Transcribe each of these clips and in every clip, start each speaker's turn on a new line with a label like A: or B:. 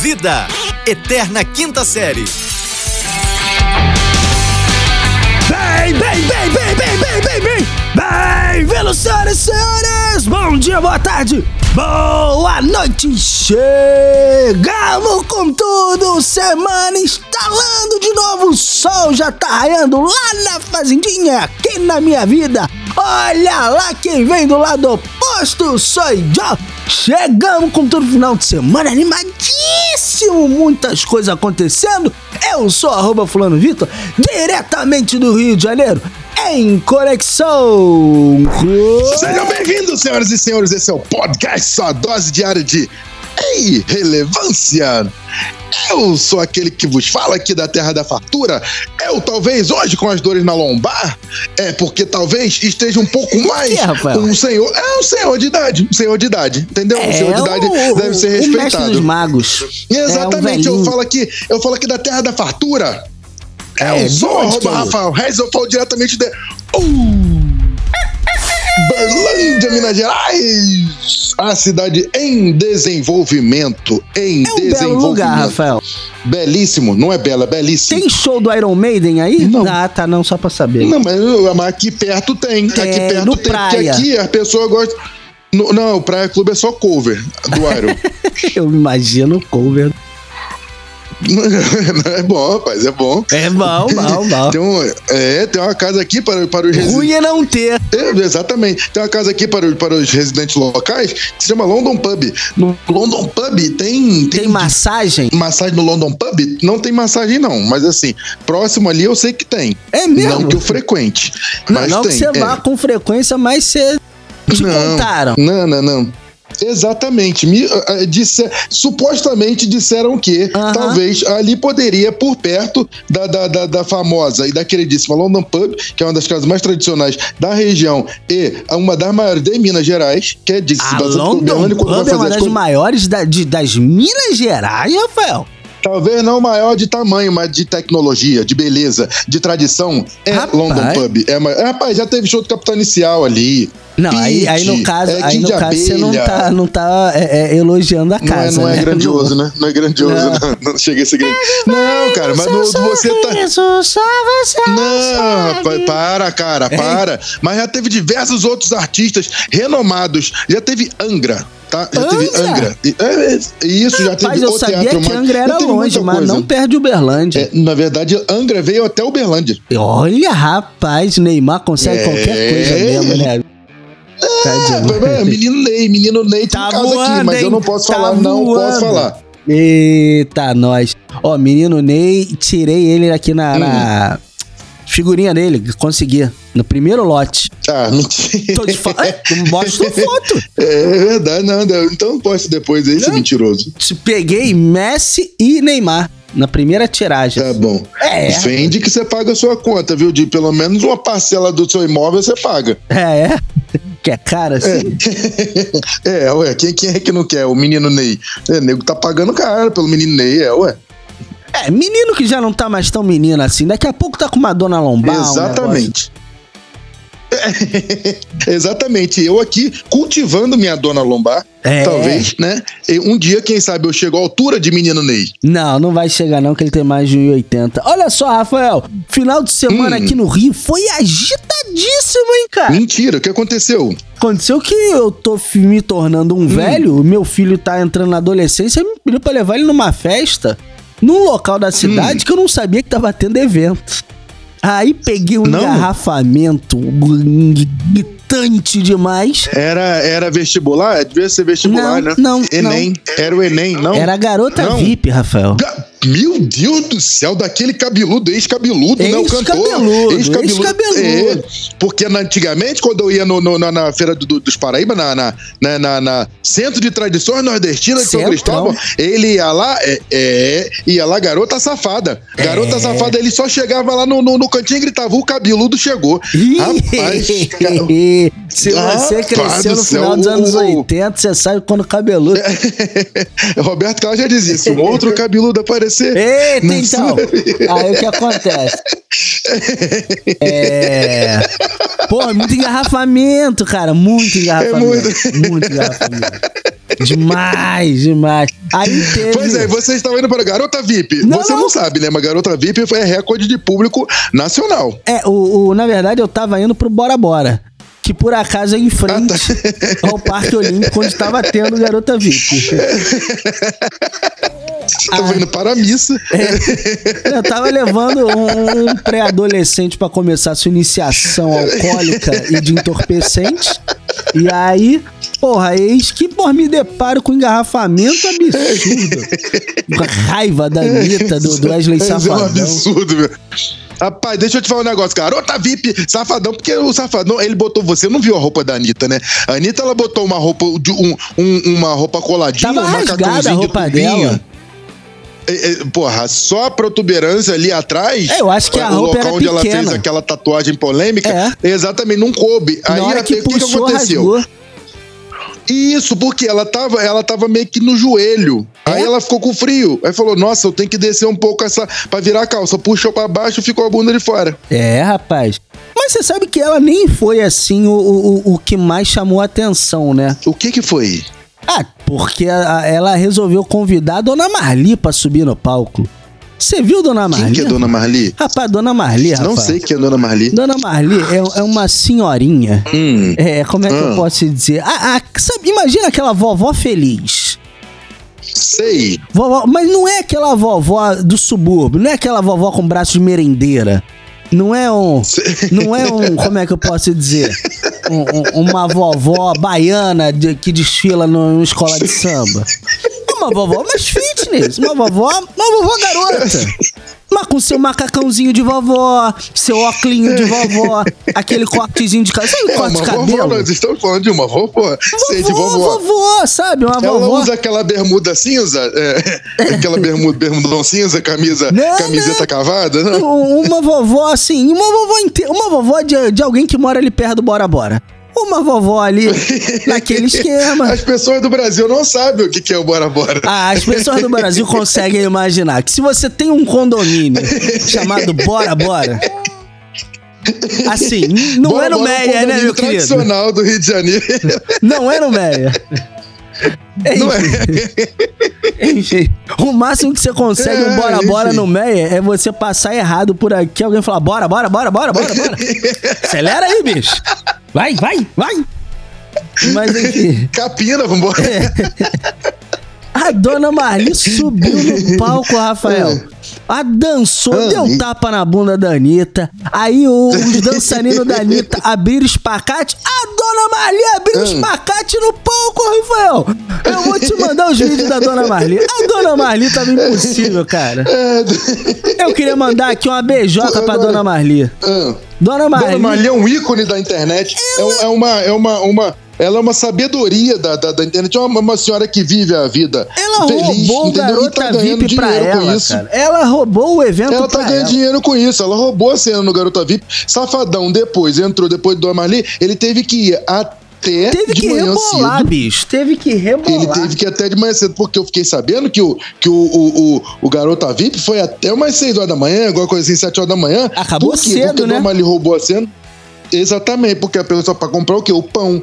A: Vida, Eterna Quinta Série.
B: Bem, bem, bem, bem, bem, bem, bem, bem, bem, vindo senhoras e senhores, bom dia, boa tarde, boa noite, chegamos com tudo, semana instalando de novo, o sol já tá raiando lá na fazendinha, aqui na minha vida, olha lá quem vem do lado oposto, sou Jó, chegamos com todo final de semana animadíssimo, muitas coisas acontecendo, eu sou arroba fulano Vitor, diretamente do Rio de Janeiro, em conexão. com-
C: Sejam bem-vindos, senhoras e senhores. Esse é o podcast Sua Dose Diária de Ei, Relevância. Eu sou aquele que vos fala aqui da Terra da Fartura. Eu, talvez, hoje com as dores na lombar, é porque talvez esteja um pouco mais
B: quê, Rafael?
C: um senhor. É um senhor de idade, um senhor de idade, entendeu? um senhor de idade
B: É o-
C: deve ser
B: o mestre dos
C: respeitado.
B: magos.
C: E Exatamente,
B: É um
C: eu
B: velhinho.
C: falo aqui, eu falo aqui da Terra da Fartura. Eu
B: É, de
C: sou
B: onde que
C: arroba
B: é?
C: Rafael Reis, eu falo diretamente de. Uh, Berlândia, Minas Gerais! A cidade em desenvolvimento. Em
B: É um belo
C: desenvolvimento.
B: lugar, Rafael.
C: Belíssimo, não é bela, é belíssimo.
B: Tem show do Iron Maiden aí?
C: Não.
B: Ah, tá, não, só pra saber.
C: Não, mas, mas aqui perto tem.
B: Tem,
C: aqui perto
B: É, no
C: tem. Porque
B: praia.
C: aqui a pessoa gosta. No- não, o Praia Clube é só cover do Iron.
B: Eu imagino o cover.
C: é bom, rapaz, é bom.
B: É bom, bom, bom.
C: Tem, um- é, tem uma casa aqui para, para os
B: Ruim
C: residentes.
B: é não ter.
C: exatamente. Tem uma casa aqui para, os- para os residentes locais que se chama London Pub. No London Pub tem.
B: Tem massagem?
C: Massagem no London Pub? Não tem massagem, não. Mas assim, próximo ali eu sei que tem.
B: É mesmo?
C: Não que eu frequente.
B: Não,
C: mas
B: não que
C: tem.
B: você
C: é.
B: vá com frequência, mas você te contaram.
C: Não, não, não. Exatamente. Me, eh, eh, disse- supostamente disseram que
B: Aham.
C: talvez ali poderia, por perto da, da, da, da famosa e da queridíssima London Pub, que é uma das casas mais tradicionais da região e uma das maiores de Minas Gerais, que é disse
B: A
C: bastante
B: London
C: coberrônico, vai
B: Pub é
C: fazer
B: uma
C: as
B: das
C: coisas-
B: maiores da- de- das Minas Gerais, Rafael.
C: Talvez não maior de tamanho, mas de tecnologia, de beleza, de tradição. É
B: Rapaz.
C: London Pub. É, ma- é, rapaz, já teve show do Capitão Inicial ali.
B: Não, aí, aí no
C: Pete,
B: caso,
C: é,
B: aí no
C: Kid
B: caso você não
C: Abelha.
B: tá, não tá é, é, elogiando a
C: Não é,
B: casa.
C: não é
B: né?
C: grandioso, né? Não é grandioso,
B: Não.
C: não. Não chega a esse grande. Não, cara, mas no, você tá.
B: só você.
C: Não, rapaz, tá, para, cara, para. Mas já teve diversos outros artistas renomados. Já teve Angra, tá? Já teve
B: Angra?
C: Angra. E- é, é, Isso, já
B: Mas
C: teve
B: eu
C: o
B: sabia
C: teatro.
B: que
C: mas
B: Angra
C: já
B: era
C: teve
B: longe,
C: muita
B: mas
C: coisa.
B: não perde Uberlândia.
C: É, na verdade, Angra veio até Uberlândia.
B: Olha, rapaz, Neymar consegue
C: É.
B: qualquer coisa mesmo, né?
C: É, mas, mas, menino Ney, menino Ney tem
B: Tá
C: um caso
B: voando,
C: aqui, mas
B: hein?
C: eu não posso
B: Tá
C: falar, não
B: voando.
C: posso falar.
B: Eita, nós. Ó, menino Ney, tirei ele aqui na, na
C: Uhum.
B: figurinha dele, consegui. No primeiro lote.
C: Ah, mentira.
B: Tô de foto. Mostra foto.
C: É verdade, não, não. Então posso depois aí, esse
B: Não.
C: mentiroso.
B: Te Peguei Messi e Neymar na primeira tiragem.
C: Tá bom.
B: É.
C: Vende que você paga a sua conta, viu? De pelo menos uma parcela do seu imóvel você paga.
B: É, é. Que é cara assim.
C: É, ué, quem, quem é que não quer? O menino Ney. É, o nego tá pagando caro pelo menino Ney, é, ué.
B: É. menino que já não tá mais tão menino assim. Daqui a pouco tá com uma dona lombar. um negócio.
C: Exatamente. Exatamente. Eu aqui cultivando minha dona lombar,
B: É.
C: talvez, né? E um dia, quem sabe, eu chego à altura de menino Ney.
B: Não, não vai chegar não, que ele tem mais de 1,80. Olha só, Rafael. Final de semana
C: Hum.
B: aqui no Rio foi agitadíssimo, hein, cara?
C: Mentira, o que aconteceu?
B: Aconteceu que eu tô fi- me tornando
C: Hum.
B: um velho, o meu filho tá entrando na adolescência, me pediu pra levar ele numa festa, num local da
C: Hum.
B: cidade que eu não sabia que tava tendo evento. Aí peguei um
C: Não.
B: engarrafamento gritante demais.
C: Era, era vestibular? Devia ser vestibular,
B: Não,
C: né?
B: não,
C: Enem. Era o Enem, não?
B: Era a garota
C: Não.
B: VIP, Rafael.
C: Ga- Meu Deus do céu, daquele cabeludo, ex-cabeludo, né? O
B: Ex-cabeludo,
C: cantor.
B: ex-cabeludo.
C: É, porque na- antigamente, quando eu ia no- no- na, na Feira do- do- dos Paraíba, na, na, na- na- na Centro de Tradições Nordestinas de São
B: Centrão.
C: Cristóvão, ele ia lá, é, é, ia lá, garota safada.
B: É.
C: Garota safada, ele só chegava lá no, no- no cantinho e gritava: o cabeludo chegou. Rapaz, cara,
B: Se
C: Rapaz
B: você cresceu no final
C: do céu, uh,
B: dos
C: o-
B: anos
C: o-
B: 80, você sabe quando cabeludo.
C: Roberto Carlos já dizia: se um outro cabeludo aparecer.
B: Eita,
C: Não
B: então! Aí o que acontece? É. Pô, muito engarrafamento, cara. Muito engarrafamento.
C: É
B: muito... engarrafamento. Demais, demais. Aí teve...
C: Pois é, vocês estavam indo para Garota VIP.
B: Não,
C: Você
B: não.
C: não. sabe, né? Mas Garota VIP é recorde de público nacional.
B: É, o, o- na verdade eu tava indo pro Bora Bora. Que por acaso é
C: Ah, tá.
B: em frente ao Parque Olímpico, onde tava tendo Garota VIP.
C: Você
B: Ah.
C: tava indo para a missa.
B: É, Eu tava levando um, um pré-adolescente pra começar sua iniciação alcoólica e de entorpecente. E aí, porra, eis que porra, me deparo com um engarrafamento absurdo. Com a raiva da Anitta, do, do Wesley
C: Isso é um
B: Safadão.
C: absurdo, meu. Rapaz, deixa eu te falar um negócio, garota VIP, safadão, porque o safadão, ele botou, você não viu a roupa da Anitta, né? A Anitta, ela botou uma roupa, de um, um- uma roupa coladinha,
B: Tava
C: um
B: rasgada a
C: macacãozinho de
B: roupa
C: tubinho.
B: dela.
C: É, é, porra, só a protuberância ali atrás.
B: É, eu acho que a
C: o
B: roupa
C: local
B: era
C: onde ela
B: pequena. É.
C: fez aquela tatuagem polêmica, exatamente, não coube. Aí
B: Na hora
C: até
B: que
C: o que, que
B: puxou,
C: aconteceu?
B: rasgou.
C: Isso, porque ela tava, ela tava meio que no joelho. Aí
B: É?
C: ela ficou com frio. Aí falou: Nossa, eu tenho que descer um pouco essa. pra virar a calça. Puxou pra baixo ficou a bunda de fora.
B: É, rapaz. Mas você sabe que ela nem foi assim o, o, o- o que mais chamou a atenção, né?
C: O que que foi?
B: Ah, porque a- a- ela resolveu convidar a Dona Marli pra subir no palco. Você viu Dona Marli?
C: Quem que é Dona Marli?
B: Rapaz, Dona Marli, rapaz.
C: Não sei quem é Dona Marli.
B: Dona Marli é, é uma senhorinha.
C: Hum.
B: É, como é que eu
C: Ah.
B: posso dizer? A, a- sabe, imagina aquela vovó feliz.
C: Sei.
B: Vovó, mas não é aquela vovó do subúrbio, não é aquela vovó com braço de merendeira. Não é um. Não é um. Como é que eu posso dizer? Um- um- uma vovó baiana de- que desfila no- numa escola de samba. É uma vovó mais fitness. Uma vovó. Uma vovó garota. Mas com seu macacãozinho de vovó, seu óculinho de vovó, aquele cortezinho de cabelo. Sabe o
C: É
B: corte
C: uma
B: de
C: vovó,
B: cabelo?
C: nós estamos falando de uma vovó. Sei de vovó. É
B: vovó, sabe? Uma
C: Ela
B: vovó.
C: usa aquela bermuda cinza, é, aquela bermuda, bermudão cinza, camisa,
B: Não,
C: camiseta
B: não.
C: cavada, não?
B: Um- uma vovó assim, uma vovó inteira, uma vovó de, de alguém que mora ali perto do Bora Bora. Uma vovó ali naquele esquema.
C: As pessoas do Brasil não sabem o que que é o Bora Bora.
B: Ah, as pessoas do Brasil conseguem imaginar que se você tem um condomínio chamado Bora Bora, assim, n- não
C: Bora
B: é no
C: Bora um
B: Meia, né,
C: condomínio
B: meu querido?
C: tradicional do Rio de Janeiro.
B: Não é no Meia.
C: Não é?
B: Enfim, o máximo que você consegue um
C: É,
B: bora bora
C: enfim.
B: no Meia é você passar errado por aqui, alguém falar bora, bora, bora, bora, bora, bora. Acelera aí, bicho. Vai, vai, vai. Mas enfim,
C: Capina, vambora.
B: É. a dona Marli subiu no palco, Rafael. A dançou,
C: Ah,
B: deu
C: e-
B: tapa na bunda da Anitta. Aí o- os dançarinos da Anitta abriram espacate. A dona Marli
C: Ah.
B: abriu espacate no palco, Rafael. Eu vou te mandar os vídeos da dona Marli. A dona Marli tava impossível, cara.
C: É,
B: Eu queria mandar aqui uma beijoca pra
C: Agora-
B: Dona Marli.
C: Ah.
B: Dona Marli.
C: Dona Marli é um ícone da internet. É, um- é uma, é uma, uma, ela é uma sabedoria da, da, da internet. É uma, uma senhora que vive a vida
B: Ela
C: é feliz,
B: roubou o
C: entendeu? E
B: Garota
C: tá ganhando
B: VIP pra
C: dinheiro com
B: ela,
C: isso.
B: cara. Ela roubou o evento
C: Ela tá
B: pra
C: ganhando
B: ela.
C: dinheiro com isso. Ela roubou a cena no Garota VIP. Safadão, depois, entrou depois do Amarli, ele teve que ir até
B: Teve
C: de
B: que
C: manhã
B: rebolar,
C: cedo.
B: bicho. Teve que
C: Ele
B: rebolar.
C: teve que ir até de manhã cedo, porque eu fiquei sabendo que o, que o, o, o, o Garota VIP foi até umas 6 horas da manhã, alguma coisa assim, 7 horas da manhã.
B: Acabou
C: Por quê?
B: cedo,
C: porque
B: né?
C: o Amarli roubou a cena. Exatamente, porque a pessoa pra comprar o quê? O pão.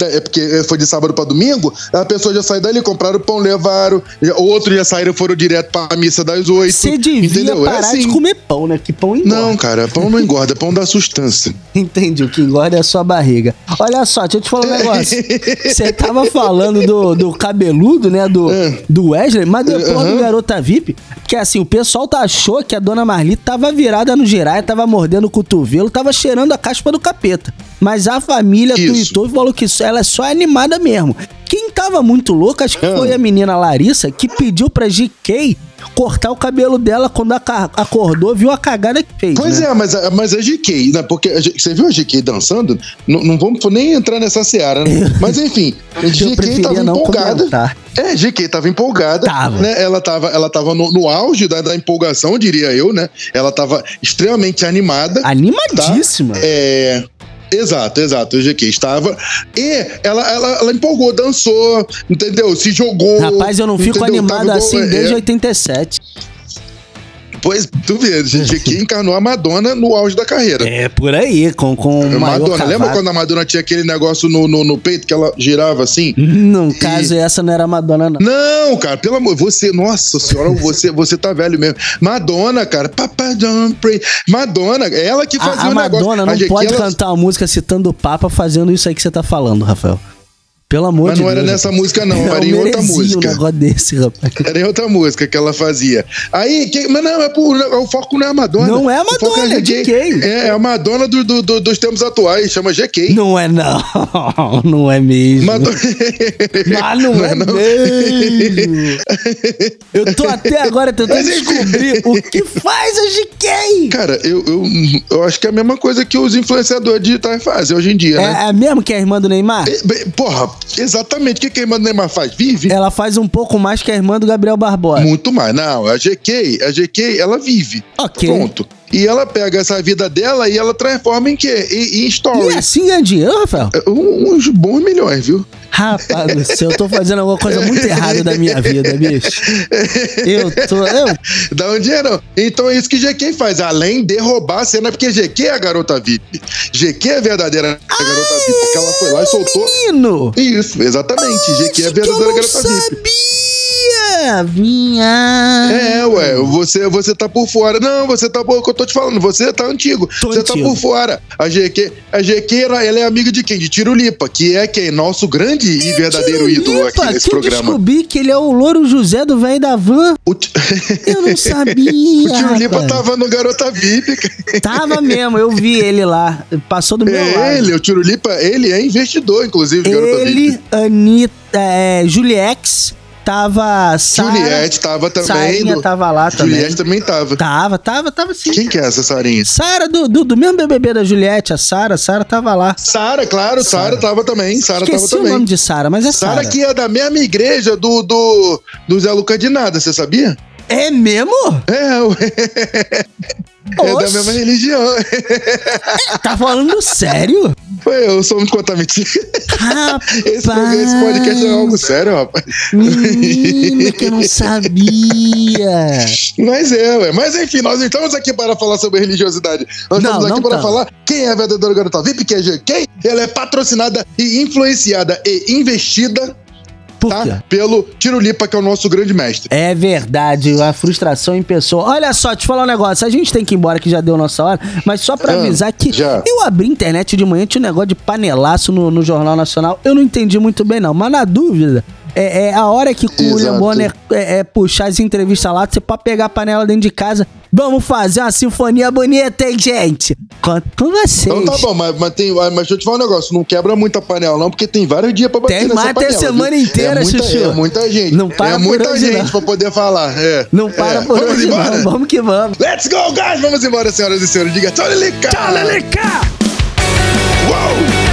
C: É porque foi de sábado pra domingo, a pessoa já saiu dali, compraram o pão, levaram, já, outros já saíram, foram direto pra missa das oito.
B: Você devia
C: entendeu? É
B: parar
C: assim.
B: de comer pão, né? Que pão engorda.
C: Não, cara, pão não engorda, pão dá sustância.
B: Entendi, o que engorda é a sua barriga. Olha só, deixa eu te falar um negócio. Você tava falando do, do cabeludo, né? Do,
C: É.
B: do Wesley, mas depois do Garota VIP, que assim, o pessoal tá achou que a dona Marli tava virada no giraia, tava mordendo o cotovelo, tava cheirando a caspa do capeta. Mas a família
C: Isso.
B: tuitou e falou que isso- ela é só animada mesmo. Quem tava muito louca, acho que
C: Ah.
B: foi a menina Larissa, que pediu pra GK cortar o cabelo dela quando aca- acordou, viu a cagada que fez.
C: Pois
B: né?
C: é, mas, a- mas a GK, né? Porque a G- você viu a GK dançando? Não, não vamos nem entrar nessa seara, né? Mas enfim, a GK
B: preferia
C: tava
B: não
C: empolgada.
B: comentar.
C: É, GK tava empolgada.
B: Tava.
C: Né? Ela tava, ela tava no, no auge da, da empolgação, diria eu, né? Ela tava extremamente animada.
B: Animadíssima.
C: É. Exato, exato. O GK estava. E ela, ela, ela empolgou, dançou, entendeu? Se jogou.
B: Rapaz, eu não fico assim
C: entendeu? Tava
B: animado
C: igual-
B: assim
C: é,
B: desde 87.
C: Pois, tu vê, a gente aqui encarnou a Madonna no auge da carreira.
B: É por aí, com, com o maior
C: Madonna, lembra
B: cavaco.
C: quando a Madonna tinha aquele negócio no, no, no peito que ela girava assim?
B: No caso, essa não era a Madonna, não.
C: Não, cara, pelo amor, você, nossa senhora, você, você tá velho mesmo. Madonna, cara, Papa Don't Pray. Madonna, ela que fazia
B: A, a
C: o negócio.
B: Madonna não
C: As
B: pode
C: Jequilas-
B: cantar uma música citando o Papa fazendo isso aí que você tá falando, Rafael. Pelo amor
C: Mas
B: de
C: não
B: Deus.
C: era nessa música, não,
B: Não
C: era em outra
B: merecia
C: música.
B: um negócio desse, rapaz.
C: Era em outra música que ela fazia. Aí, quem- mas não, é por, o foco não é a Madonna.
B: Não é a
C: O foco
B: Madonna, é GK.
C: É, é a Madonna do- do- do- dos tempos atuais, chama GK.
B: Não é, não. Não é mesmo.
C: Madonna-
B: Mas não, é mesmo. Eu tô até agora tentando
C: Mas enfim.
B: descobrir o que faz a GK.
C: Cara, eu, eu, eu acho que é a mesma coisa que os influenciadores digitais fazem hoje em dia, né?
B: É, é mesmo que é a irmã do Neymar?
C: E, bem, Porra, exatamente. O que quem manda Neymar faz? Vive?
B: Ela faz um pouco mais que a irmã do Gabriel Barbosa.
C: Muito mais. Não, a GK, a GK, ela vive.
B: Ok.
C: Pronto. E ela pega essa vida dela e ela transforma em quê? E- em
B: E
C: stories.
B: assim ganha dinheiro, Rafael?
C: Um- uns bons milhões, viu?
B: Rapaz do céu, eu tô fazendo alguma coisa muito errada da minha vida, bicho. Eu tô. Eu,
C: Dá um dinheiro. Então é isso que GK faz, além de roubar a cena, porque GK é a garota VIP. GK é a verdadeira garota VIP, porque ela foi lá e soltou.
B: menino!
C: Isso, exatamente. GK é a
B: Isso que eu
C: verdadeira
B: não
C: garota VIP.
B: sabia! Vinha!
C: É, ué, você, você tá por fora. Não, você tá por. é o que Eu tô te falando, você tá antigo.
B: Tô
C: você
B: antigo.
C: tá por fora. A GQ, a GQ, ela, ela é amiga de quem? De Tirulipa, que é quem? Nosso grande e é verdadeiro ídolo
B: Opa,
C: aqui nesse
B: É que eu
C: programa.
B: descobri que ele é o louro José do velho da van.
C: O, Ti-
B: Eu não sabia.
C: o Tirulipa
B: rapaz.
C: tava no Garota VIP. cara.
B: Tava mesmo, eu vi ele lá. Passou do meu lado.
C: É ele, o Tirulipa, ele é investidor, inclusive, Garota VIP.
B: Ele, Anitta, é, Juliex, tava. Sara,
C: Juliette tava também.
B: tá- Sarinha
C: no-
B: tava lá também.
C: Juliette também tava.
B: Tava, tava, tava sim.
C: Quem que é essa Sarinha?
B: Sara, do, do, do mesmo BBB da Juliette, a Sara, Sara tava lá.
C: Sara, claro, Sara tava também. Sara
B: Esqueci
C: tava
B: o
C: também.
B: nome de Sara, mas é Sara.
C: Sara que é da mesma igreja do, do, do Zé Luca de Nada, você sabia?
B: É mesmo?
C: É, ué, é da
B: Oxe,
C: mesma religião.
B: tá falando sério?
C: Ué, eu sou muito contar mentira.
B: Rapaz,
C: Esse, esse podcast é algo sério, rapaz.
B: menino que eu não sabia.
C: Mas é, ué. Mas enfim, nós não estamos aqui para falar sobre religiosidade. Nós
B: Não,
C: estamos aqui
B: não
C: para
B: estamos.
C: falar quem é a verdadeira garota VIP, que é GK. Ela é patrocinada e influenciada e investida
B: Por
C: tá?
B: quê?
C: pelo Tirulipa, que é o nosso grande mestre.
B: É verdade, a frustração em pessoa. Olha só, te falar um negócio. A gente tem que ir embora que já deu nossa hora, mas só pra
C: Ah,
B: avisar que
C: já.
B: eu abri internet de manhã, tinha um negócio de panelaço no, no Jornal Nacional. Eu não entendi muito bem, não, mas na dúvida. É, é a hora que o William
C: Exato.
B: Bonner é, é puxar as entrevistas lá, você pode pegar a panela dentro de casa. Vamos fazer uma sinfonia bonita, hein, gente? Conto com vocês.
C: Então tá bom, mas, mas, tem, mas deixa eu te falar um negócio, não quebra muita panela não, porque tem vários dias pra bater
B: Tem
C: nessa
B: mais, tem
C: panela. viu?
B: semana inteira,
C: é muita,
B: Chuchu.
C: É muita gente.
B: Não para
C: é
B: por
C: muita
B: hoje,
C: gente
B: não.
C: pra poder falar. é.
B: Não para
C: É.
B: por
C: Vamos
B: hoje,
C: embora?
B: não. Vamos que vamos.
C: Let's go, guys! Vamos embora, senhoras e senhores. Diga tchau, Lelica!
B: Tchau, Lelica!
C: Uou!